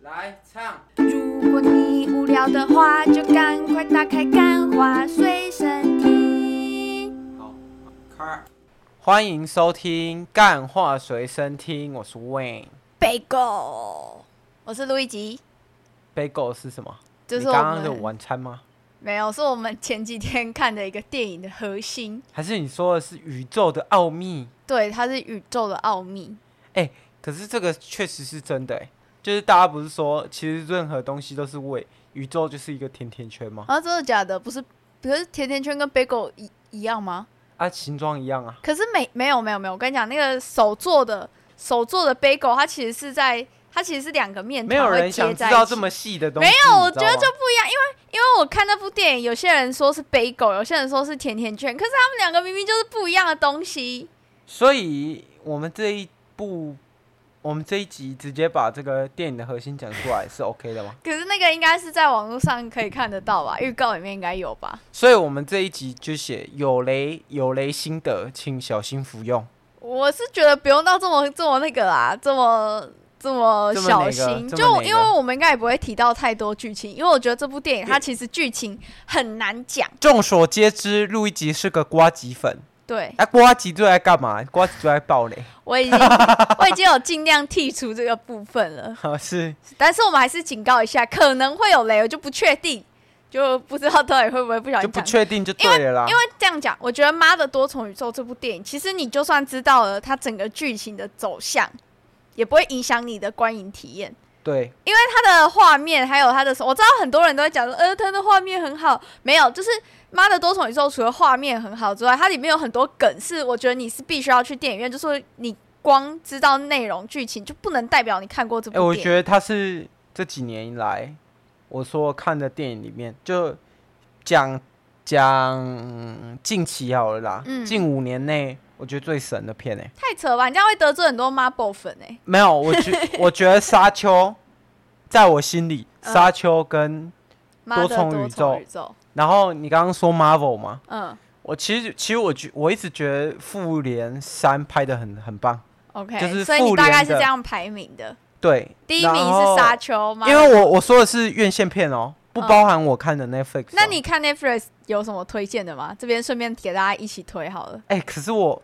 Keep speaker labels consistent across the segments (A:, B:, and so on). A: 来唱，
B: 如果你无聊的话，就赶快打开《干花随身听》。
A: 好，开。
C: 欢迎收听《干话随身听》，我是 Wayne。
B: 贝狗，我是路易吉，
C: Bagel 是什么？
B: 就是
C: 你
B: 我
C: 刚刚的
B: 们
C: 晚餐吗？
B: 没有，是我们前几天看的一个电影的核心。
C: 还是你说的是宇宙的奥秘？哎
B: 对，它是宇宙的奥秘。
C: 可是这个确实是真的、欸，就是大家不是说，其实任何东西都是为宇宙就是一个甜甜圈吗？
B: 啊，真的假的？不是，可是甜甜圈跟贝狗一一样吗？
C: 啊，形状一样啊。
B: 可是没没有没有没有，我跟你讲，那个手做的手做的贝狗，它其实是在它其实是两个面
C: 没
B: 团
C: 有
B: 会
C: 人
B: 接在
C: 想
B: 一
C: 知道
B: 起
C: 这么细的东西。
B: 没有，我
C: 你知
B: 觉
C: 道
B: 得
C: 吗
B: 就不一样，因为因为我看那部电影，有些人说是杯狗，有些人说是甜甜圈，可是他们两个明明就是不一样的东西。
C: 所以我们这一部，我们这一集直接把这个电影的核心讲出来是 OK 的吗？
B: 可是那个应该是在网络上可以看得到吧？预告里面应该有吧？
C: 所以我们这一集就写有雷有雷心得，请小心服用。
B: 我是觉得不用到这么这么那个啦，这么这么
C: 这么
B: 小
C: 哪个
B: 心，
C: 这么哪
B: 就因
C: 个
B: 为我们应该也不会提到太多剧情，因为我觉得这部电影它其实剧情很难讲。
C: 众所皆知，路易吉是个瓜吉粉。
B: 对
C: 啊，瓜吉最爱干嘛？瓜吉最爱爆雷。
B: 我已经 我已经有尽量剔除这个部分了。
C: 好是
B: 但是我们还是警告一下，可能会有雷，我就不确定，就不知道到底会不会不小
C: 就
B: 心
C: 不
B: 讲。
C: 确定就对了啦。
B: 因为这样讲，我觉得《妈的多重宇宙》这部电影，其实你就算知道了它整个剧情的走向，也不会影响你的观影体验。
C: 对，
B: 它的画面还有它的手，我知道很多人都会讲说，呃，它的画面很好，没有，就是《妈的多重宇宙》除了画面很好之外，它里面有很多梗是我觉得你是必须要去电影院，就说你光知道内容剧情就不能代表你看过这
C: 哎、
B: 部电影。
C: 我觉得他是这几年以来我所看的电影里面，就讲讲近期好了啦，
B: 嗯
C: 近五年内我觉得最神的片诶、欸
B: 太扯吧，你这样会得罪很多 Marble 粉哎、
C: 没有，我觉我觉得《沙丘》在我心里，《
B: 嗯
C: 沙丘》跟
B: 妈的
C: 多重
B: 多
C: 宇
B: 重
C: 宙
B: 宇宙，
C: 然后你刚刚说 Marvel 嘛，
B: 嗯
C: 我其实其实我觉我一直觉得《复联三》拍的很很棒，
B: ，OK，
C: 就是
B: 所以你
C: 复
B: 大概
C: 联
B: 是
C: 的
B: 这样排名的，
C: 对，
B: 第一名
C: 然
B: 是
C: 后
B: 沙丘吗？
C: 因为我我说的是院线片哦，不
B: 嗯
C: 包含我看的 Netflix 哦、
B: 那你看 Netflix 有什么推荐的吗？这边顺便给大家一起推好了。
C: 哎、可是我，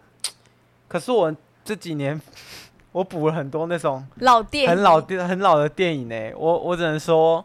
C: 可是我这几年 我补了很多那种
B: 老电影
C: 很老的很老的电影呢、我我只能说，《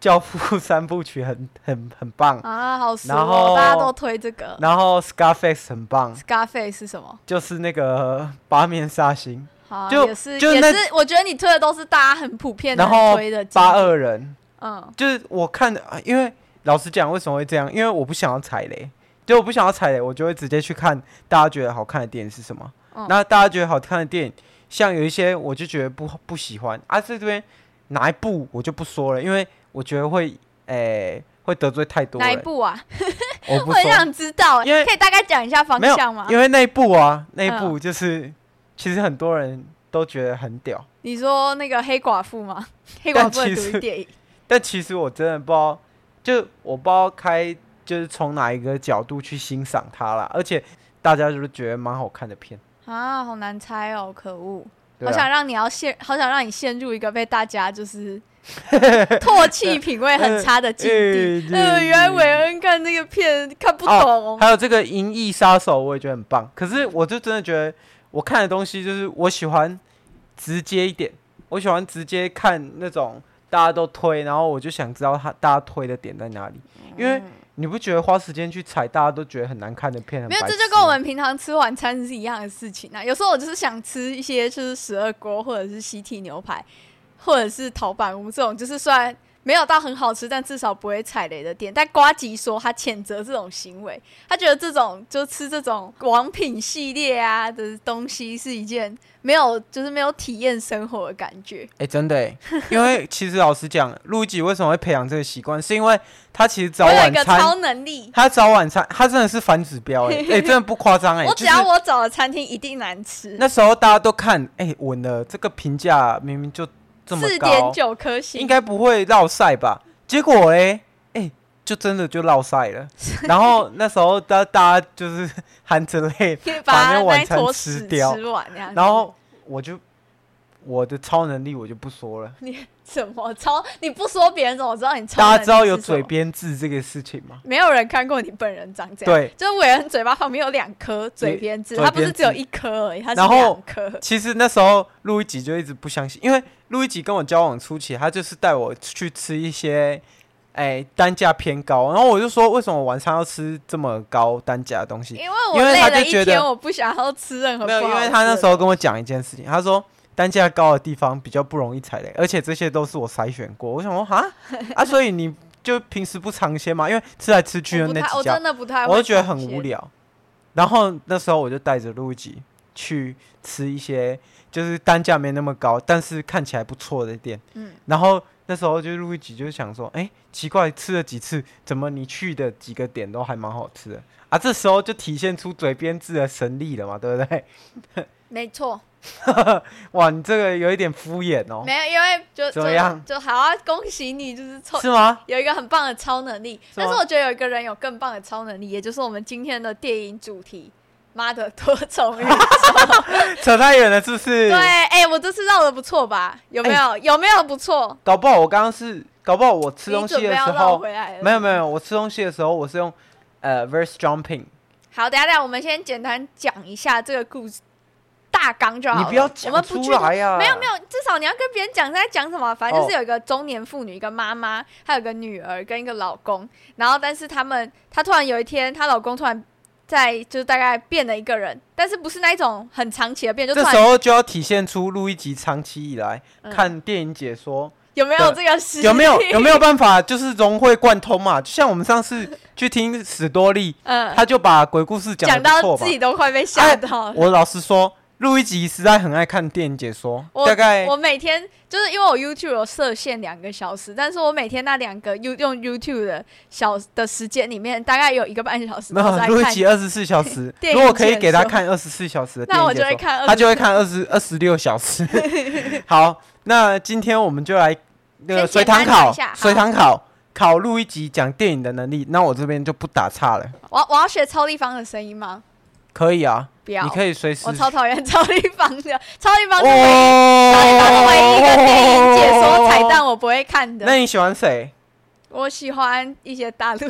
C: 教父》三部曲很很很棒，
B: 啊，好熟
C: 然
B: 哦，
C: 后
B: 大家都推这个。
C: 然后《Scarface》很棒，
B: Scarface 是什么？
C: 就是那个八面煞星，
B: 好啊，
C: 就
B: 也是
C: 就
B: 也
C: 那
B: 是，我觉得你推的都是大家很普遍的
C: 然后
B: 推的经
C: 八
B: 典，
C: 二人，
B: 嗯，
C: 就是我看的，啊因为老实讲，为什么会这样？因为我不想要踩雷，就我不想要踩雷，我就会直接去看大家觉得好看的电影是什么。
B: 嗯
C: 那大家觉得好看的电影，像有一些我就觉得不不喜欢啊，这边哪一部我就不说了，因为我觉得会诶、会得罪太多
B: 哪一
C: 人，
B: 部啊？
C: 我
B: 我
C: 不
B: 很
C: 说。
B: 想知道欸，
C: 因为
B: 可以大概讲一下方
C: 没有
B: 向吗？
C: 因为那一部啊，那一
B: 嗯
C: 部就是、其实很多人都觉得很屌，
B: 你说那个黑寡妇吗？ 黑寡
C: 但
B: 妇的
C: 其实
B: 独立电影。
C: 但其实我真的不知道，就我不知道开就是从哪一个角度去欣赏它啦，而且大家就是觉得蛮好看的片。
B: 啊，好难猜哦，可恶！
C: 对
B: 好想
C: 啊，
B: 让你要陷，好想让你陷入一个被大家就是 唾弃、品味很差的境 地。
C: 哎哦
B: 呃，
C: 对
B: 原来韦恩看那个片看不懂，
C: 还有这个《银翼杀手》，我也觉得很棒。可是我就真的觉得，我看的东西就是我喜欢直接一点，我喜欢直接看那种大家都推，然后我就想知道他大家推的点在哪里，因
B: 嗯
C: 为。你不觉得花时间去踩大家都觉得很难看的片很
B: 没有，
C: 白
B: 这
C: 痴
B: 就跟我
C: 吗
B: 们平常吃晚餐是一样的事情啊。有时候我就是想吃一些就是十二锅或者是西体牛排，或者是陶板屋这种，就是虽然没有到很好吃，但至少不会踩雷的店。但瓜吉说他谴责这种行为，他觉得这种就吃这种王品系列啊的东西是一件没有就是没有体验生活的感觉。
C: 哎、真的哎，因为其实老实讲，陆吉为什么会培养这个习惯，是因为他其实早
B: 我有一
C: 晚
B: 个超
C: 餐，
B: 能 力，
C: 他早晚餐，他真的是反指标哎，哎、真的不夸张哎，
B: 我
C: 就
B: 只要
C: 是
B: 我找的餐厅一定难吃，
C: 那时候大家都看哎、稳了，这个评价明明就这么
B: 四点
C: 高，
B: 九颗星，
C: 应该不会落赛吧？结果哎哎、就真的就落赛了，然后那时候大大家就是含着泪，
B: 可以
C: 把
B: 把
C: 那
B: 它
C: 晚
B: 那一
C: 餐
B: 坨
C: 吃
B: 屎
C: 掉
B: 吃完那样子。
C: 然后我就我的超能力我就不说了，
B: 什么超？你不说别人怎么知道你超？
C: 大家知道有嘴，边痣这个事情吗？
B: 没有人看过你本人长这样。，
C: 对，
B: 就是伟恩嘴巴旁边有两颗嘴边痣，
C: 嘴
B: 他不是
C: 边
B: 只有
C: 痣
B: 一颗而已，他是
C: 然后
B: 两颗。
C: 其实那时候陆一吉就一直不相信，因为陆一吉跟我交往初期，他就是带我去吃一些，哎、单价偏高，然后我就说为什么晚上要吃这么高单价的东西？
B: 因为我
C: 因为
B: 累
C: 他
B: 了
C: 就
B: 一
C: 觉得
B: 天，我不想要吃任何
C: 没有，
B: 不
C: 因
B: 好
C: 为他那
B: 吃
C: 时候跟我讲一件事情，他说单价高的地方比较不容易踩雷，而且这些都是我筛选过。我想说哈啊，所以你就平时不尝鲜嘛，因为吃来吃去
B: 的
C: 的
B: 我不
C: 那
B: 太
C: 几
B: 我
C: 家
B: 真，的不太，
C: 我就觉得很无。聊。然后那时候我就带着路易吉去吃一些就是单价没那么高，但是看起来不错的店。
B: 嗯，
C: 然后那时候就路易吉就想说，哎、奇怪，吃了几次，怎么你去的几个点都还蛮好吃的啊？这时候就体现出嘴边字的神力了嘛，对不对？
B: 没错，
C: 哇，你这个有一点敷衍哦，
B: 没有，因为就
C: 怎么样
B: 就就好啊！恭喜你，就是凑
C: 是吗？
B: 有一个很棒的超能力。
C: 是吗
B: 但是我觉得有一个人有更棒的超能力，也就是我们今天的电影主题。妈的，多重 宇宙！
C: 扯太远了，是不是？
B: 对，哎、我这次绕的不错吧？有没有？有没有不错？
C: 搞不好我刚刚是，搞不好我哎吃东
B: 你准
C: 西
B: 备
C: 的时
B: 要绕
C: 候，
B: 回来了？
C: 没有没。有，我吃东西的时候我是用呃 verse jumping，
B: 好，等一下等一下，我们先简单讲一下这个故事大纲就好了。
C: 你不要
B: 我
C: 讲
B: 们不
C: 出
B: 剧透
C: 来啊呀、
B: 没有没，有，至少你要跟别人讲在讲什么，反正就是
C: 哦
B: 有一个中年妇女，一个妈妈，还有个女儿跟一个老公，然后但是他们，她突然有一天，她老公突然在就是大概变了一个人，但是不是那一种很长期的变，就突
C: 这时
B: 然、
C: 候就要体现出路易吉长期以来、
B: 嗯
C: 看电影解说
B: 有没有这个事？
C: 有没有有没有办 法，就是融会贯通嘛。就像我们上次去听史多利，
B: 嗯，
C: 他就把鬼故事
B: 讲
C: 的不
B: 到
C: 错吧哎
B: 自。己都快被吓到了。
C: 我老实说，路易吉实在很爱看电影解说，
B: 我
C: 大概
B: 我每天就是因为我 YouTube 有设限两个小时，但是我每天那两个 You 用 YouTube 的小的时间里面，大概有一个半小时
C: 没
B: 都
C: 有
B: 在
C: 路易
B: 看，
C: 吉二十四小时
B: 电影
C: 如果可以
B: 解
C: 给他
B: 说
C: 看二十四小时的电
B: 那我
C: 影
B: 就
C: 解
B: 会
C: 说，
B: 看，
C: 他就会看二十二十六小时。 好，那今天我们就来那个
B: 先
C: 随
B: 简单
C: 堂考
B: 讲一下，
C: 随
B: 好
C: 堂考考路易吉讲电影的能力，那我这边就不打岔了。
B: 我我要学超立方的声音吗？
C: 可以啊，
B: 不要，
C: 你可以哦随时哦
B: 我超讨厌超立方的， 超立方是唯一、超立方是
C: 哦，
B: 唯一一个电影解说彩蛋我不会看
C: 那
B: 的。
C: 你喜欢谁？
B: 我喜欢一些大陆的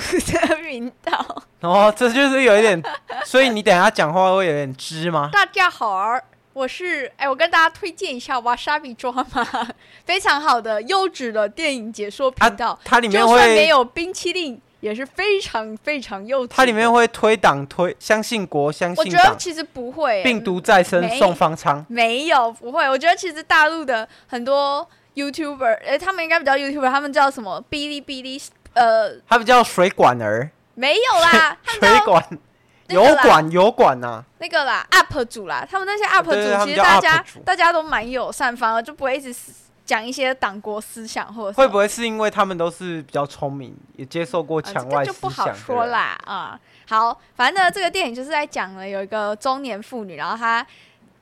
B: 频道。
C: 哦，这就是有一点，所以你等一下讲话会有点支吗？
B: 大家好儿，我是哎、我跟大家推荐一下瓦莎比抓马， 非常好的优质的电影解说频道，
C: 它里面
B: 就算没
C: 会，
B: 有冰淇淋也是非常非常优质的。
C: 它里面会推党推，相信国，相
B: 我
C: 信
B: 觉得
C: 党，
B: 其实不会、
C: 病毒再生
B: 没
C: 送方舱。
B: 没有，不会。我觉得其实大陆的很多 YouTuber，哎、他们应该不叫 YouTuber，他们叫什么？哔哩哔哩，呃，
C: 它比较水管儿，，
B: 没有啦他们
C: 水
B: 叫
C: 管
B: 那
C: 油
B: 个啦
C: 管油管啊呐、
B: 那个啦，UP 主啦，他们那些 UP
C: 哦对对他
B: 主
C: 们
B: 其实
C: 叫
B: 大
C: UP
B: 家
C: 主
B: 大家都蛮友善，反而就不会一直思讲一些党国思想或者
C: 会不
B: 会
C: 会是因为他们都是比较聪明，也接受过
B: 呃啊这
C: 墙
B: 个
C: 外
B: 就
C: 思
B: 不
C: 想的
B: 好
C: 人？
B: 说啦啊、好，反正呢，这个电影就是在讲了有一个中年妇女，然后她。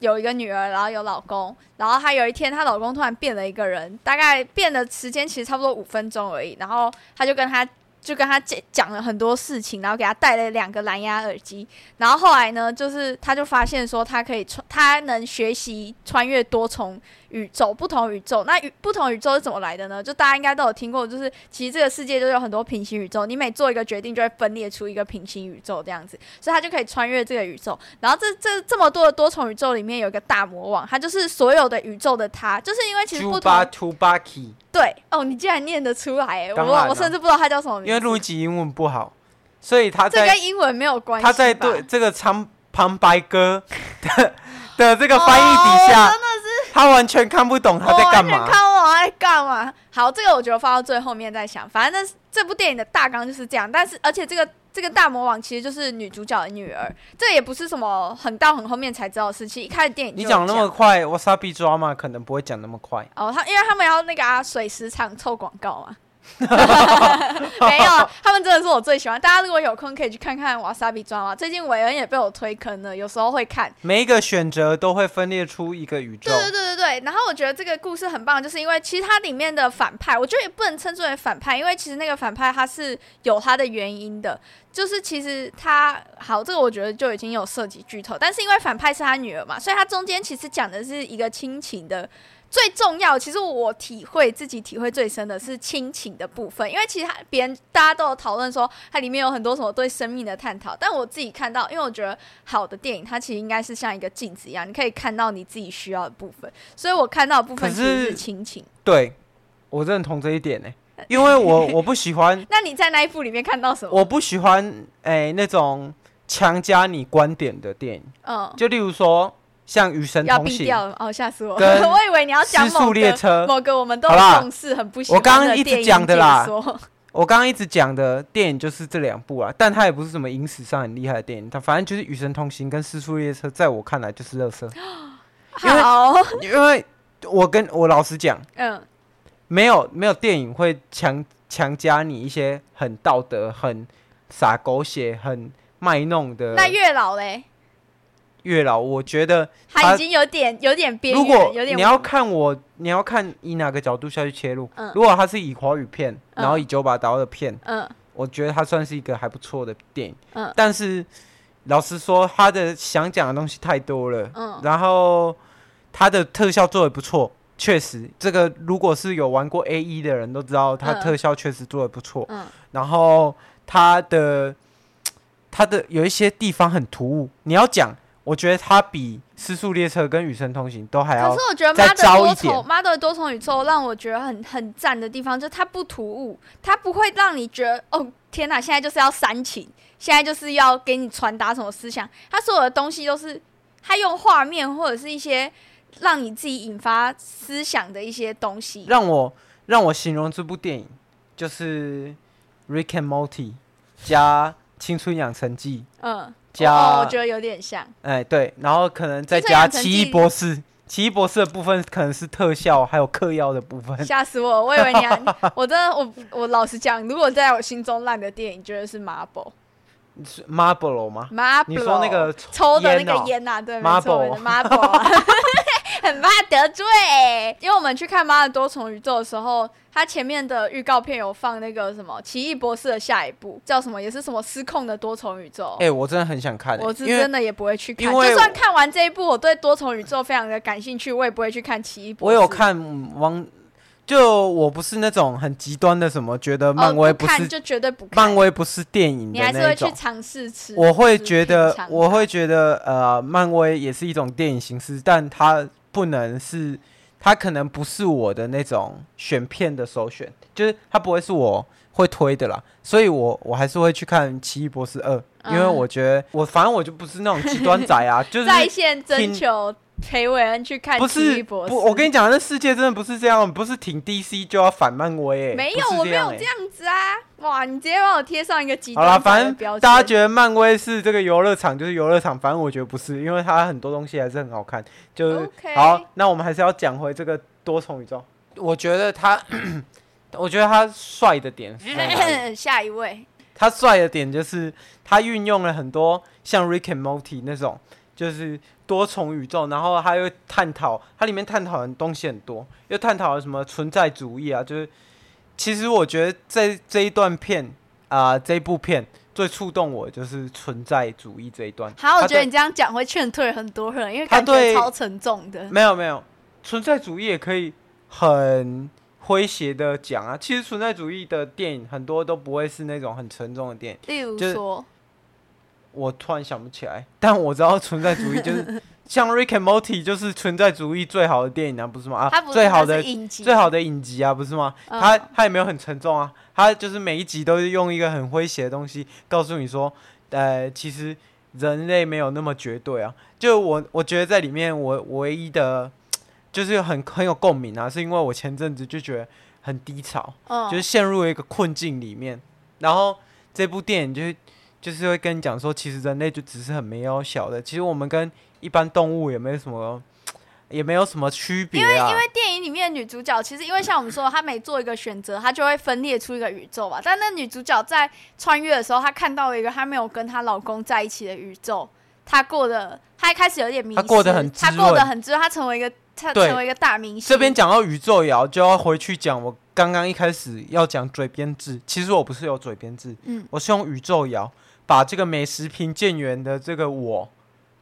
B: 有一个女儿，然后有老公，然后她有一天，她老公突然变了一个人，大概变的时间其实差不多五分钟而已。然后她就跟她就跟她讲讲了很多事情，然后给她带了两个蓝牙耳机。然后后来呢，就是她就发现说，她可以穿，她能学习穿越多重宇宙、不同宇宙。那宇不同宇宙是怎么来的呢？就大家应该都有听过，就是其实这个世界就是有很多平行宇宙，你每做一个决定就会分裂出一个平行宇宙这样子。所以他就可以穿越这个宇宙。然后这这这么多的多重宇宙里面有一个大魔王，他就是所有的宇宙的他，就是因为其实不
C: 猪
B: 同
C: 八猪八 key，
B: 对哦，你竟然念得出来、欸，我
C: 当然啊
B: 我甚至不知道他叫什么名字，
C: 因为陆吉英文不好，所以他
B: 这
C: 在
B: 跟英文没有关系吧。
C: 他在对这个旁旁白哥 的的这个翻译底
B: 哦
C: 下
B: 我真，的是
C: 他完全看不哦懂他在干
B: 我完全
C: 嘛。
B: 看我在干嘛。好，这个我觉得放到最后面再想。反正这这部电影的大纲就是这样，但是而且这个这个大魔王其实就是女主角的女儿，这也不是什么很到很后面才知道的事情，一开始电影就
C: 你
B: 有
C: 讲那么快，Wasabi drama 可能不会讲那么快。
B: 哦，他因为他们要那个啊，水时场凑广告 嘛。没有，他们真的是我最喜欢。大家如果有空可以去看看《瓦萨比抓娃》，最近韦恩也被我推坑了，有时候会看。
C: 每一个选择都会分裂出一个宇宙
B: 对。对对对对。然后我觉得这个故事很棒，就是因为其实它里面的反派，我觉得也不能称之为反派，因为其实那个反派他是有他的原因的。就是其实他好，这个我觉得就已经有涉及剧透，但是因为反派是他女儿嘛，所以他中间其实讲的是一个亲情的最重要，其实我体会自己体会最深的是亲情的部分，因为其实它别人大家都有讨论说它里面有很多什么对生命的探讨，但我自己看到，因为我觉得好的电影它其实应该是像一个镜子一样，你可以看到你自己需要的部分，所以我看到的部分
C: 可
B: 其
C: 是
B: 实是亲情。
C: 对，我认同这一点呢、因为我 我不喜欢
B: 那你在那一部里面看到什么？
C: 我不喜欢哎、那种强加你观点的电影，
B: 嗯，
C: 就例如说像《与神
B: 要
C: 同
B: 毙
C: 行
B: 掉》了哦，吓死我！
C: 跟
B: 我以为你要讲
C: 《失
B: 某
C: 速列
B: 个
C: 车》。
B: 某个我们都
C: 好啦
B: 重视很不喜欢
C: 我刚刚
B: 的
C: 一直
B: 电影
C: 讲的
B: 解
C: 啦
B: 说
C: 我刚刚一直讲的电影就是这两部啊，但它也不是什么影史上很厉害的电影，它反正就是《与神同行》跟《失速列车》，在我看来就是垃 圾，因为
B: 好，
C: 因为我跟我老实讲，
B: 嗯，
C: 没有没有电影会强强加你一些很道德、很洒狗血、很卖弄的
B: 那月老嘞，
C: 月老，我觉得
B: 他已经有点有点边
C: 如
B: 缘，
C: 果
B: 有点
C: 你要看我，你要看以哪个角度下去切入。
B: 嗯
C: 如果它是以华语片，
B: 嗯
C: 然后以九把刀的片，
B: 嗯
C: 我觉得它算是一个还不错的电影。
B: 嗯
C: 但是老实说，它的想讲的东西太多了，
B: 嗯
C: 然后它的特效做的不错，确实，这个如果是有玩过 A E 的人都知道，它
B: 嗯
C: 特效确实做的不错。
B: 嗯
C: 然后它的它的有一些地方很突兀，你要讲，我觉得它比《失速列车》跟《与神同行》都还
B: 可
C: 要
B: 是我觉得
C: 再
B: 妈的
C: 招
B: 多
C: 一点
B: 重妈的多重宇宙让我觉得很很赞的地方，就是它不突兀，它不会让你觉得哦天哪，现在就是要煽情，现在就是要给你传达什么思想，它所有的东西都是它用画面或者是一些让你自己引发思想的一些东西。
C: 让我让我形容这部电影，就是《Rick and Morty》加《青春养成记
B: 嗯，
C: 加
B: 哦，我觉得有点像。》，
C: 哎对，然后可能再
B: 青春
C: 加
B: 养
C: 《
B: 成
C: 奇异
B: 记
C: 博士》。奇异博士的部分可能是特效，还有嗑药的部分。
B: 吓死我！我以为你要，我真的，我我老实讲，如果在我心中烂的电影，绝对是 Marble。
C: 是 Marble 吗
B: Marble，
C: 你说那个
B: 抽的那
C: 烟哦
B: 个烟呐、对，没错，
C: Marble
B: 我的 Marble，啊 很怕得罪。因为我们去看《妈的多重宇宙》的时候，它前面的预告片有放那个什么《奇异博士》的下一部叫什么，也是什么失控的多重宇宙。
C: 哎、我真的很想看、欸，
B: 哦我是
C: 因为
B: 真的也不会去看，
C: 因为
B: 就算看完这一部，我对多重宇宙非常的感兴趣，我也不会去看《奇异博
C: 我
B: 士》。
C: 有看嗯王，就我不是那种很极端的什么，觉得
B: 哦，
C: 漫威是、
B: 不看就绝对不看。
C: 漫威不是电影
B: 你
C: 的
B: 还是会
C: 那
B: 去
C: 种。
B: 尝试吃。
C: 我会觉
B: 就是
C: 得
B: 品尝，它
C: 我会觉得，呃，漫威也是一种电影形式，但它不能是，它可能不是我的那种选片的首选，就是它不会是我会推的啦。所以我我还是会去看《奇异博士二》，因为
B: 嗯
C: 我觉得我反正我就不是那种极端仔 啊，就是
B: 在线征
C: 挺
B: 求裴伟恩去看
C: 不
B: 《奇
C: 是
B: 异博士》。
C: 不，我跟你讲，这世界真的不是这样，不是挺 DC 就要反漫威、欸，
B: 没
C: 不
B: 有，
C: 是
B: 我没有
C: 欸
B: 这样子啊！哇，你直接帮我贴上一个极
C: 好啦，
B: 端
C: 反
B: 派的
C: 正
B: 标签。
C: 大家觉得漫威是这个游乐场就是游乐场，反正我觉得不是，因为它很多东西还是很好看。就是
B: OK
C: 好，那我们还是要讲回这个多重宇宙。我觉得他， 我觉得他帅的点是在哪里，
B: 下一位，
C: 他帅的点就是他运用了很多像 Rick and Morty 那种，就是多重宇宙，然后他又探讨，它里面探讨的东西很多，又探讨了什么存在主义啊，就是其实我觉得在这一段片啊、这一部片最触动我的就是存在主义这一段。
B: 好，我
C: 他
B: 觉得
C: 对
B: 你这样讲会劝退很多人，因为
C: 他
B: 感觉
C: 对嗯
B: 超沉重的。
C: 没有没有，存在主义也可以很诙谐的讲啊。其实存在主义的电影很多都不会是那种很沉重的电影。
B: 例如
C: 就是
B: 说，
C: 我突然想不起来， 但我知道存在主义就是 像《Rick and Morty》就是存在主义最好的电影啊，不是吗？
B: 他
C: 啊，
B: 不是
C: 最好
B: 它是
C: 的
B: 影集，
C: 最好的影集啊，不是吗？
B: 嗯
C: 他他也没有很沉重啊，他就是每一集都是用一个很诙谐的东西告诉你说，呃，其实人类没有那么绝对啊。就我我觉得在里面我我唯一的就是很很有共鸣啊，是因为我前阵子就觉得很低潮，
B: 嗯，
C: 就是陷入了一个困境里面。然后这部电影就是就是会跟你讲说，其实人类就只是很渺小的，其实我们跟一般动物也没有什么也没有什么区别啊。
B: 因为电影里面的女主角，其实因为像我们说的，她每做一个选择，她就会分裂出一个宇宙嘛。但那女主角在穿越的时候，她看到了一个她没有跟她老公在一起的宇宙，她过得，她一开始有点迷失，
C: 她过得很滋
B: 她
C: 润
B: 过得很滋润，她成为一个，她
C: 对
B: 成为一个大明星。
C: 这边讲到宇宙摇，就要回去讲我刚刚一开始要讲嘴边制。其实我不是有嘴边制，
B: 嗯
C: 我是用宇宙摇把这个美食评鉴员的这个我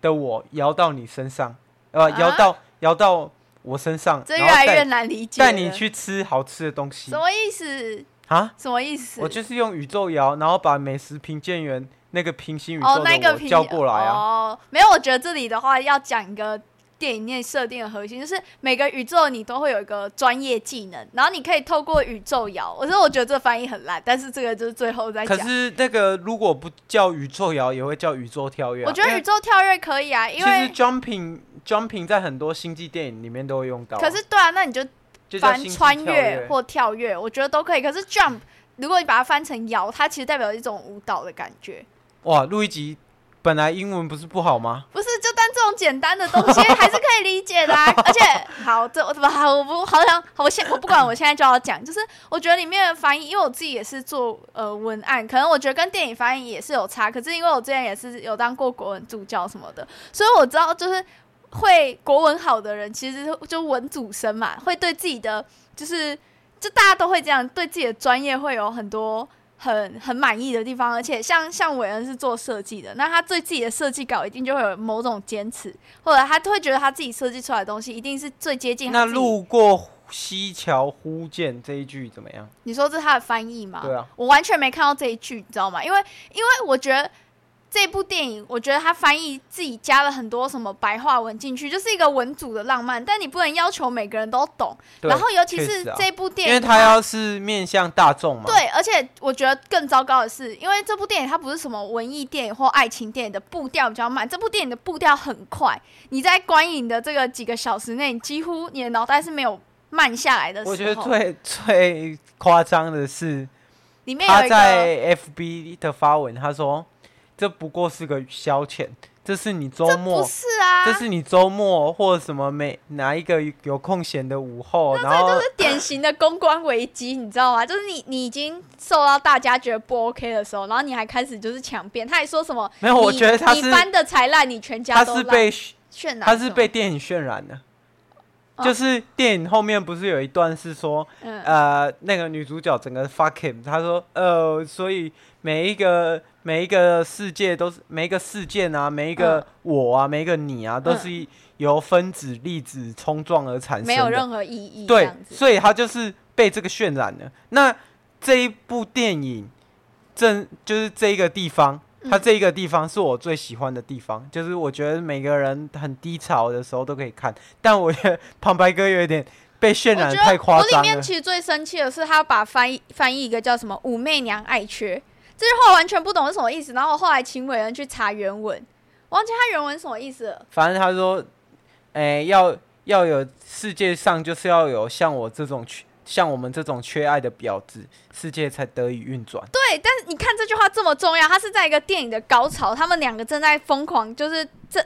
C: 的我摇到你身上，呃，
B: 啊
C: 摇到摇到我身上，
B: 这越
C: 然后
B: 来
C: 带
B: 越难理解了。
C: 带你去吃好吃的东西
B: 什么意思？
C: 啊！
B: 什么意思？
C: 我就是用宇宙摇，然后把美食评鉴员那个平行宇
B: 哦
C: 宙，
B: 那个
C: 的我
B: 平
C: 叫过来啊。
B: 哦，没有，我觉得这里的话要讲一个电影内设定的核心，就是每个宇宙你都会有一个专业技能，然后你可以透过宇宙摇。我说我觉得这翻译很烂，但是这个就是最后再
C: 可
B: 讲。
C: 是那个如果不叫宇宙摇，也会叫宇宙跳跃啊、
B: 我觉得宇宙跳跃可以啊，因
C: 因为
B: 为
C: 其实 jumping jumping 在很多星际电影里面都会用到啊，
B: 可是对啊，那你就
C: 就叫
B: 翻
C: 星际
B: 穿
C: 跳
B: 越或跳跃，我觉得都可以。可是 jump 如果你把它翻成摇，它其实代表一种舞蹈的感觉。
C: 哇，录一集本来英文不是不好吗？
B: 不是，就当这种简单的东西还是可以理解的、啊。而且，好，这我怎么好？我不好想，好我现我不管，我现在就要讲，就是我觉得里面的翻译，因为我自己也是做呃文案，可能我觉得跟电影翻译也是有差。可是因为我之前也是有当过国文助教什么的，所以我知道就是会国文好的人，其实就文主生嘛，会对自己的就是就大家都会这样，对自己的专业会有很多很很满意的地方，而且像像韦恩是做设计的，那他对自己的设计稿一定就会有某种坚持，或者他会觉得他自己设计出来的东西一定是最接近
C: 那
B: 他自己
C: 路过西桥忽见这一句怎么样？
B: 你说这是他的翻译吗？
C: 对啊，
B: 我完全没看到这一句，你知道吗？因为因为我觉得这部电影，我觉得他翻译自己加了很多什么白话文进去，就是一个文组的浪漫，但你不能要求每个人都懂。
C: 对
B: 然后尤其
C: 确
B: 是
C: 实啊
B: 这部电
C: 因
B: 影，
C: 为它要是面向大众嘛，
B: 对，而且我觉得更糟糕的是，因为这部电影它不是什么文艺电影或爱情电影的步调比较慢，这部电影的步调很快。你在观影的这个几个小时内，你几乎你的脑袋是没有慢下来的时候。
C: 我觉得最最夸张的是
B: 里面有
C: 他
B: 一个
C: 在 FB 的发文，他说这不过是个消遣，这是你周
B: 这
C: 末
B: 不是啊，
C: 这是你周末或什么每哪一个有空闲的午后，然后
B: 这典型的公关危机，你知道吗？ 就是你你已经受到大家觉得不 OK 的时候，然后你还开始就是强辩，他还说什么？
C: 没有我
B: 你
C: 觉得他是
B: 你翻的才烂，你全家
C: 他
B: 都
C: 是
B: 烂
C: 被渲
B: 渲染什么，
C: 他是被电影渲染的，
B: 哦
C: 就是电影后面不是有一段是说
B: 嗯
C: 呃那个女主角整个 fuck him，她说呃所以每一个每一个世界都是每一个事件啊，每一个
B: 嗯
C: 我啊，每一个你啊，都
B: 嗯
C: 是一由分子粒子冲撞而产生的，
B: 没有任何意义，这
C: 对
B: 样，子。
C: 所以他就是被这个渲染了。那这一部电影，正就是这一个地方，它
B: 嗯
C: 这一个地方是我最喜欢的地方，就是我觉得每个人很低潮的时候都可以看，但我觉得旁白哥有点被渲
B: 我
C: 染得
B: 觉得
C: 太夸
B: 我里
C: 张
B: 面
C: 了。
B: 其实最生气的是，他把翻译翻译一个叫什么“武媚娘爱缺”这句话完全不懂是什么意思，然后我后来请伟人去查原文，忘记他原文什么意思了。
C: 反正他说，哎、要要有世界上就是要有像我这种缺。像我们这种缺爱的婊子，世界才得以运转。
B: 对，但是你看这句话这么重要，它是在一个电影的高潮，他们两个正在疯狂，就是这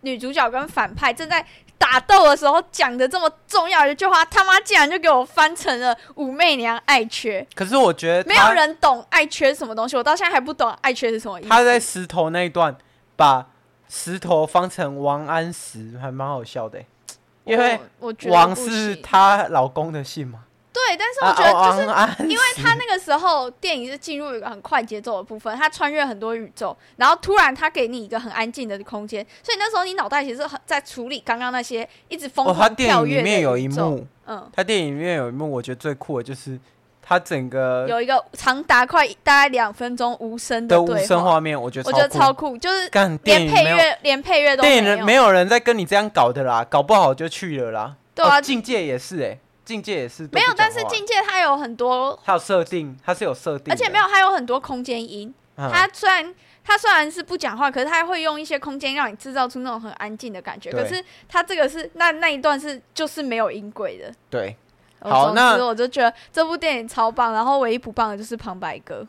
B: 女主角跟反派正在打斗的时候讲的这么重要的一句话，他妈竟然就给我翻成了武媚娘爱缺，
C: 可是我觉得
B: 没
C: 他
B: 有人懂爱缺是什么东西，我到现在还不懂爱缺是什么意思。
C: 他在石头那一段把石头方成王安石，还蛮好笑的欸、因为
B: 我我觉得
C: 王
B: 不
C: 是
B: 行
C: 她老公的姓嘛。
B: 对，但是
C: 啊
B: 我觉得就是
C: 王安石，
B: 因为他那个时候电影是进入一个很快节奏的部分，他穿越很多宇宙，然后突然他给你一个很安静的空间，所以那时候你脑袋其实是很在处理刚刚那些一直疯
C: 哦，他
B: 狂
C: 电
B: 跳
C: 影
B: 跃
C: 里面有
B: 的
C: 一
B: 宇宙。
C: 幕，
B: 嗯，
C: 他电影里面有一幕，我觉得最酷的就是他整个
B: 有一个长达快大概两分钟无声
C: 的
B: 对
C: 无
B: 话，
C: 声画面，我觉得
B: 我觉得
C: 酷
B: 超酷，就是
C: 干电
B: 连
C: 影
B: 配
C: 没有
B: 乐连配乐都
C: 电影
B: 有
C: 人没有人在跟你这样搞的啦，搞不好就去了啦。
B: 对啊
C: 哦境界也是哎、境界也是都
B: 没有
C: 不，讲
B: 但是
C: 话
B: 境界它有很多，
C: 它有设定，它是有设定的，
B: 而且没有它有很多空间音，
C: 嗯
B: 他虽然他虽然是不讲话，可是他会用一些空间让你制造出那种很安静的感觉。
C: 对
B: 可是他这个是那那一段是就是没有音轨的。
C: 对。
B: 我
C: 好
B: 总
C: 那
B: 之我就觉得这部电影超棒，然后唯一不棒的就是旁白哥。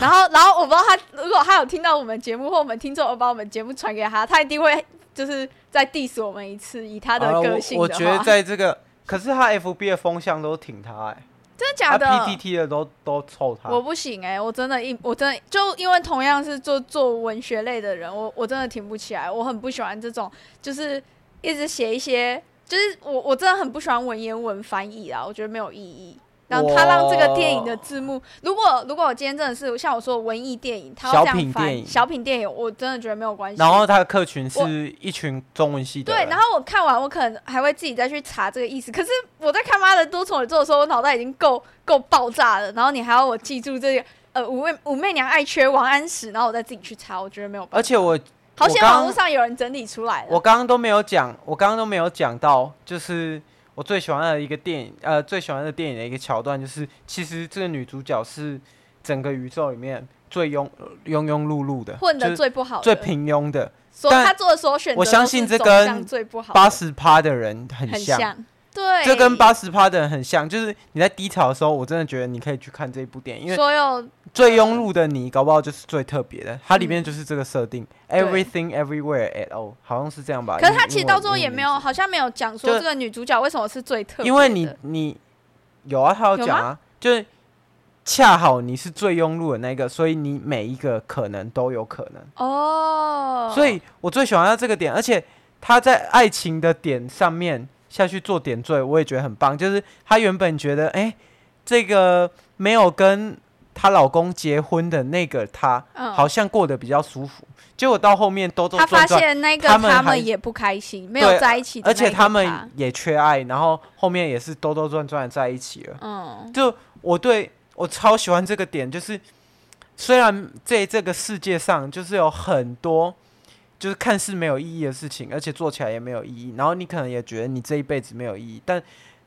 B: 然后，然后我不知道他如果他有听到我们节目或我们听众有把我们节目传给他，他一定会就是再 diss 我们一次，以他的
C: 啊
B: 个性
C: 我。我
B: 的
C: 觉
B: 话，
C: 得在这个，可是他 FB 的风向都挺他哎、
B: 真的
C: 他
B: 假的？
C: PTT 的都都臭他。
B: 我不行哎、我真的一我真的就因为同样是做做文学类的人，我我真的挺不起来，我很不喜欢这种就是一直写一些，就是我我真的很不喜欢文言文翻译啊，我觉得没有意义。然后他让这个电影的字幕，如果如果我今天真的是像我说文艺电影，他要这
C: 小品
B: 样
C: 电
B: 翻
C: 影
B: 小品电影，我真的觉得没有关系。
C: 然后他的客群
B: 我
C: 是一群中文系的人，
B: 对，然后我看完，我可能还会自己再去查这个意思。可是我在看《妈的多重宇宙》的时候，我脑袋已经够够爆炸了，然后你还要我记住这个呃武媚武媚娘爱缺王安石，然后我再自己去查，我觉得没有办法。
C: 而且我
B: 好
C: 我
B: 险
C: 刚
B: 网络上有人整理出来
C: 我
B: 了。
C: 刚刚都没有讲，我刚刚都没有讲到，就是我最喜欢的一个电影，呃，最喜欢的电影的一个桥段，就是其实这个女主角是整个宇宙里面最庸庸庸碌碌的，
B: 混
C: 就
B: 的
C: 是
B: 最不好的，
C: 最平庸的，
B: 所
C: 但
B: 他做的所有选择，
C: 我相信这跟
B: 最不好的
C: 八十趴的人很
B: 很
C: 像。
B: 像，对，
C: 这跟八十趴的人很像，就是你在低潮的时候，我真的觉得你可以去看这一部电影，因为
B: 所有
C: 最庸碌的你，搞不好就是最特别的。它里面
B: 嗯
C: 就是这个设定、
B: 对
C: e v e r y t h i n g everywhere at all，好像是这样吧。
B: 可是他
C: 英
B: 其实
C: 英文
B: 到最后
C: 英
B: 也
C: 文
B: 没
C: 名
B: 有，好像没有讲说
C: 就
B: 这个女主角为什么是最特
C: 字，
B: 别的，
C: 因为你你有啊，他有
B: 有
C: 讲
B: 吗
C: 啊，就是恰好你是最庸碌的那个，所以你每一个可能都有可能。
B: 哦，
C: 所以我最喜欢他这个点，而且他在爱情的点上面下去做点缀，我也觉得很棒。就是她原本觉得，哎、这个没有跟她老公结婚的那个她，
B: 嗯
C: 好像过得比较舒服。结果到后面兜兜
B: 他发
C: 转转，
B: 现那个
C: 他们
B: 他
C: 还
B: 们也不开心，没有在一起的
C: 而
B: 那一个
C: 且
B: 他，
C: 他们也缺爱，然后后面也是兜兜转转地在一起了。
B: 嗯，
C: 就我对我超喜欢这个点，就是虽然在这个世界上就是有很多就是看似没有意义的事情，而且做起来也没有意义，然后你可能也觉得你这一辈子没有意义，但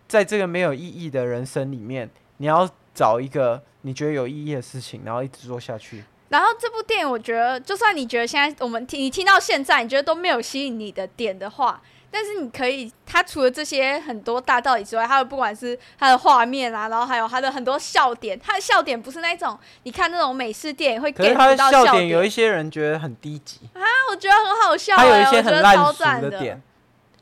C: 在这个没有意义的人生里面，你要找一个你觉得有意义的事情，然后一直做下去。
B: 然后这部电影我觉得，就算你觉得现在我们听你听到现在，你觉得都没有吸引你的点的话。但是你可以，它除了这些很多大道理之外，还有不管是它的画面啊，然后还有它的很多笑点，它的笑点不是那种你看那种美式电影会
C: 可是
B: get
C: 他
B: 不
C: 的
B: 到
C: 笑
B: 点
C: 点，有一些人觉得很低级，
B: 那我觉得很好笑、欸，
C: 他有一
B: 我
C: 些
B: 觉
C: 很
B: 得
C: 烂
B: 超
C: 俗
B: 赞
C: 的
B: 的
C: 点。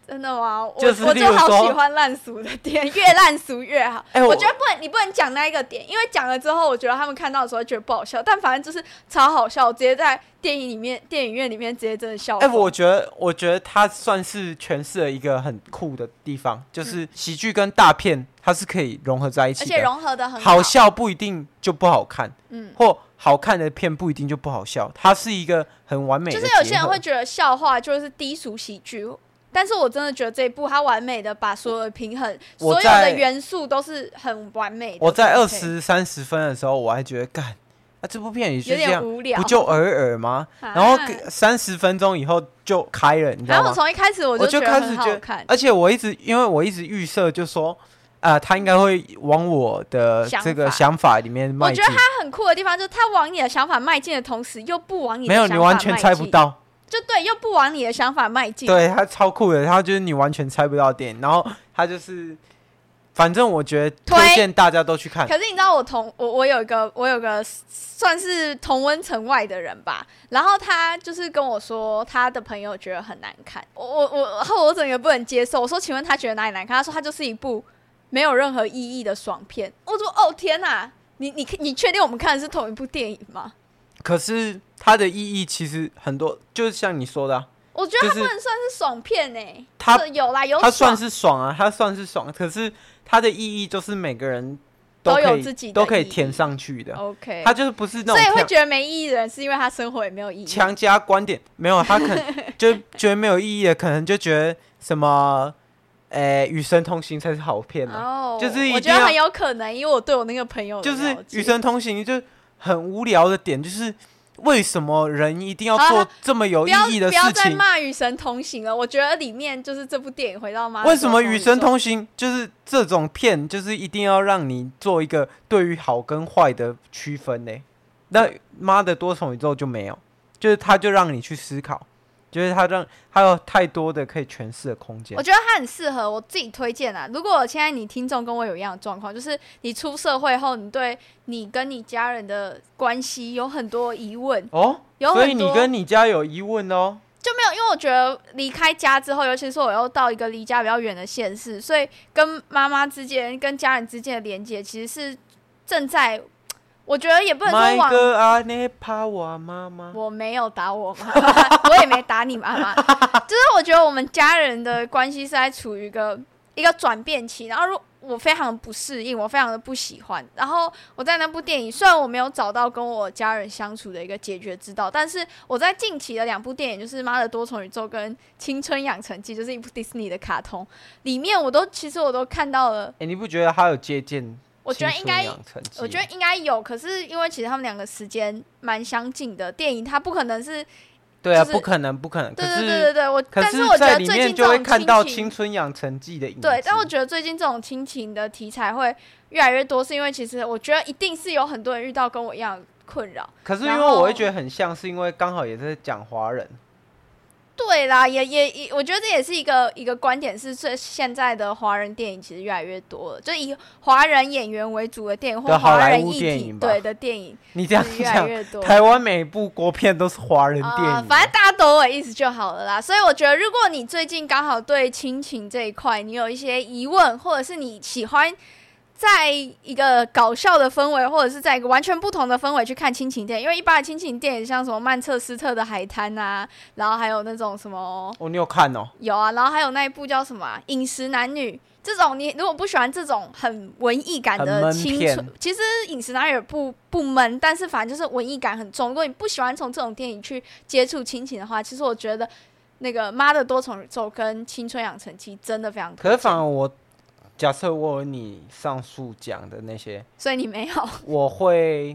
B: 真的吗？我
C: 就是
B: 我
C: 例如
B: 就好
C: 说
B: 喜欢烂俗的点，越烂俗越好。
C: 哎我
B: 我觉得不能，你不能讲那一个点，因为讲了之后，我觉得他们看到的时候觉得不好笑，但反正就是超好笑，我直接在电影里面、电影院里面直接真的笑
C: 哎、
B: 疯。
C: 我觉得，我觉得它算是诠释了一个很酷的地
B: 嗯
C: 方，就是喜剧跟大片它是可以融合在一
B: 而
C: 起
B: 且
C: 的。
B: 融合的很
C: 好笑不一定就不好看，
B: 嗯，
C: 或好看的片不一定就不好笑，它是一个很完美
B: 就
C: 的。
B: 是有些人会，觉得笑话就是低俗喜剧，但是我真的觉得这一部它完美的把所有的平衡、
C: 我
B: 所有
C: 在
B: 的元素都是很完美的。
C: 我在
B: 都
C: 二
B: 是 OK
C: 十三十分的时候，我还觉得干，啊，这部片也就
B: 有
C: 这
B: 点
C: 样，
B: 无聊，
C: 不就偶尔吗？
B: 啊
C: 然后三十分钟以后就开了，你知道
B: 然后
C: 吗
B: 我？从一开始我
C: 我
B: 就
C: 就
B: 觉得
C: 开始
B: 很
C: 觉
B: 好
C: 得
B: 看，
C: 而且我一直因为我一直预设就说，啊、他应该会往我的
B: 想
C: 这个
B: 法
C: 想法里面
B: 我
C: 迈
B: 觉
C: 进
B: 得。它很酷的地方就是它往你的想法迈进的同时，又不往你的
C: 没有，你
B: 想法
C: 完全
B: 迈
C: 猜不
B: 进，
C: 到。
B: 就对，又不往你的想法迈进。
C: 对，它超酷的，它就是你完全猜不到的电影。然后它就是，反正我觉得
B: 推
C: 推荐大家都去看。
B: 可是你知道我同我我有一个我有个算是同温层外的人吧，然后他就是跟我说他的朋友觉得很难看，我我我，然后我整个不能接受，我说请问他觉得哪里难看？他说他就是一部没有任何意义的爽片。我说哦天哪，你你你确定我们看的是同一部电影吗？
C: 可是它的意义其实很多，就是像你说的、啊，
B: 我觉得它
C: 就是
B: 不能算是爽片呢、欸
C: 它
B: 是有啦有
C: 它
B: 爽
C: 算是爽啊，它算是爽。可是它的意义就是每个人
B: 都
C: 可
B: 有
C: 以
B: 自己的
C: 都可以
B: 意义
C: 填上去的。
B: OK，
C: 它就是不是那
B: 所以
C: 种
B: 会
C: 强
B: 觉得没意义的人，是因为他生活也没有意义。
C: 强加观点，没有， 他可能就觉得没有意义的，可能就觉得什么，诶、与神同行才是好片啊。
B: 哦，
C: 就是一
B: 我
C: 定
B: 觉
C: 要
B: 得很有可能，因为我对我那个朋友的
C: 就
B: 哦了
C: 是
B: 解
C: 与神同行，就很无聊的点，就是为什么人一定要
B: 好
C: 做
B: 好
C: 这么有
B: 不
C: 意
B: 要
C: 义的
B: 啊不要
C: 事
B: 再
C: 情？
B: 骂《与神同行》了。我觉得里面就是这部电影回到妈，
C: 为什么与神
B: 行
C: 同行就是这种片，就是一定要让你做一个对于好跟坏的区分呢？那妈的多重宇宙就没有，就是它就让你去思考，就是它让它有太多的可以诠释的空间
B: 我。觉得它很适合我自己推荐啊。如果现在你听众跟我有一样的状况，就是你出社会后，你对你跟你家人的关系有很多疑问，
C: 哦，
B: 有
C: 所
B: 很
C: 以你
B: 多
C: 跟你家有疑问哦。
B: 就没有，因为我觉得离开家之后，尤其是我又到一个离家比较远的县市，所以跟妈妈之间、跟家人之间的连接，其实是正在，我觉得也不能说
C: 麦
B: 往。
C: 哥啊，你怕我妈妈？
B: 我没有打我妈妈，我也没打你 妈妈，就是我觉得我们家人的关系是在处于一个一个转变期，然后如我非常不适应，我非常的不喜欢。然后我在那部电影，虽然我没有找到跟我家人相处的一个解决之道，但是我在近期的两部电影，就是《妈的多重宇宙》跟《青春养成记》，就是一部 Disney 的卡通，里面我都其实我都看到了，
C: 哎，你不觉得他有借鉴？
B: 我觉得应该
C: 养成记
B: 我觉得应该有，可是因为其实他们两个时间蛮相近的，电影它不可能是，
C: 对啊，
B: 就是
C: 不可能，不可能。可
B: 对对
C: 是
B: 对对对，我
C: 可
B: 但是我觉
C: 在
B: 得
C: 里
B: 最
C: 面
B: 近
C: 就
B: 这
C: 会
B: 种
C: 看到《
B: 亲
C: 青
B: 情
C: 春养成记》的影子。
B: 对，但我觉得最近这种亲情的题材会越来越多，是因为其实我觉得一定是有很多人遇到跟我一样的困扰。
C: 可是因
B: 然
C: 为我会
B: 后
C: 觉得很像，是因为刚好也是讲华人。
B: 对啦，也也也，我觉得这也是一个一个观点，是这现在的华人电影其实越来越多了，就以华人演员为主的电影或
C: 对好
B: 华
C: 莱
B: 人
C: 坞
B: 议
C: 电
B: 题
C: 影吧
B: 对的电影
C: 你这样
B: 是越来
C: 讲，
B: 越多。
C: 台湾每一部国片都是华人电
B: 啊、
C: 影。
B: 反正大家懂我意思就好了啦。所以我觉得，如果你最近刚好对亲情这一块你有一些疑问，或者是你喜欢在一个搞笑的氛围，或者是在一个完全不同的氛围去看亲情电影，因为一般的亲情电影像什么曼彻斯特的海滩啊，然后还有那种什么
C: 哦，你有看哦？
B: 有啊，然后还有那一部叫什么、啊《饮食男女》这种，你如果不喜欢这种很文艺感
C: 很
B: 的
C: 闷
B: 青
C: 片
B: 春，其实《饮食男女》不不闷，但是反正就是文艺感很重。如果你不喜欢从这种电影去接触亲情的话，其实我觉得那个《妈的多重宇宙》跟《青春养成记》真的非常推
C: 可是
B: 荐
C: 反而我假设我有你上述讲的那些，
B: 所以你没有
C: 我会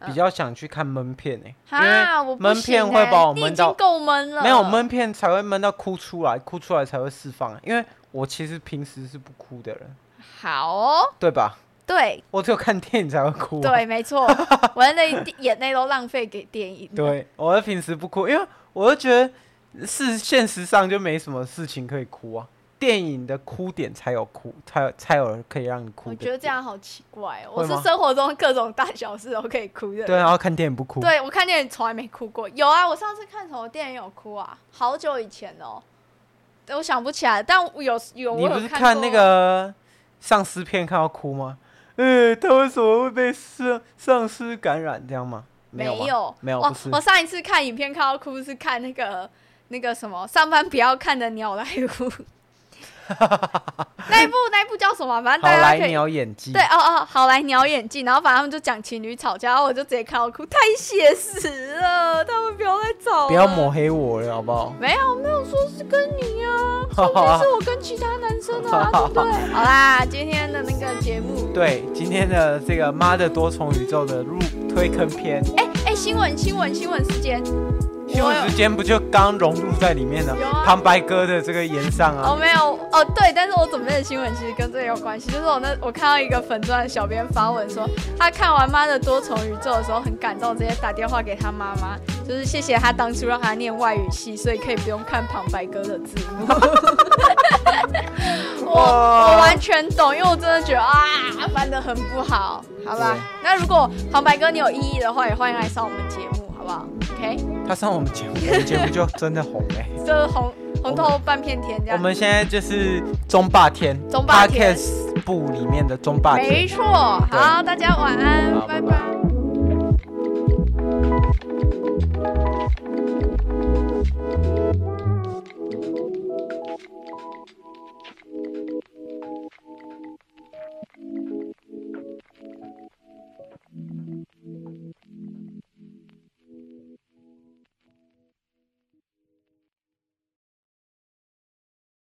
C: 比
B: 嗯
C: 较想去看闷片诶、
B: 啊哈，我不
C: 闷
B: 行
C: 片会
B: 欸
C: 把我
B: 你
C: 闷
B: 已
C: 到
B: 经够闷了，
C: 没有闷片才会闷到哭出来，哭出来才会释放、因为我其实平时是不哭的人，
B: 好哦，
C: 对吧？
B: 对
C: 我只有看电影才会哭、啊。
B: 对，没 错，我的泪眼泪都浪费给电影了。
C: 对，我会平时不哭，因为我就觉得是现实上就没什么事情可以哭啊。电影的哭点才有哭，才有才有可以让你哭。
B: 我觉得这。样好奇怪、哦，
C: 会
B: 我
C: 吗
B: 是生活中各种大小事都可以哭的。
C: 对，然后看电影不哭。
B: 对，。我看电影从来没哭过。有啊，我上次看什么电影有哭啊？好久以前哦，对我想不起来。但我有有
C: 你
B: 我
C: 不
B: 有
C: 是
B: 过啊
C: 看那个丧尸片看到哭吗？呃，他为什么会被丧丧尸感染这样吗？
B: 没哦
C: 有吗，没有，
B: 我
C: 不是
B: 我。上一次看影片看到哭是看那个那个什么上班不要看的鸟来 哭。那一部那一部叫什么啊？反正
C: 好
B: 大家
C: 来
B: 可以
C: 鸟演技。
B: 对，哦哦，好来鸟演技，然后反正他们就讲情侣吵架，然后我就直接看到哭，太写实了，他们不要再吵了，
C: 不要抹黑我了，好不 好？
B: 没有没有说是跟你 啊，
C: 好
B: 重点
C: 啊
B: 是我跟其他男生啊，对不对？ 好啦，今天的那个节目，
C: 对，今天的这个妈的多重宇宙的入推坑片，
B: 哎哎，新闻新闻新闻时间，
C: 新
B: 我有
C: 闻之间不就刚融入在里面了
B: 有？啊
C: 旁白哥的这个言上啊，
B: 哦没有哦对，但是我准备的新闻其实跟这个有关系，就是我那我看到一个粉钻的小编发文说，他看完《妈的多重宇宙》的时候很感动，直接打电话给他妈妈，就是谢谢他当初让他念外语系，所以可以不用看旁白哥的字幕。 我我完全懂，因为我真的觉得啊，翻的很不好，好吧
C: 对？
B: 那如果旁白哥你有异议的话，也欢迎来上我们节目，好不好？OK，
C: 他上我们节目，我们节目就真的 红嘞。
B: 就是红红透半片天这
C: 我
B: 样。
C: 们现在就是中霸天
B: 中霸天
C: Podcast 部里面的中霸天
B: 没。错，好，大家晚安，
C: 好
B: 拜
C: 拜
B: 拜。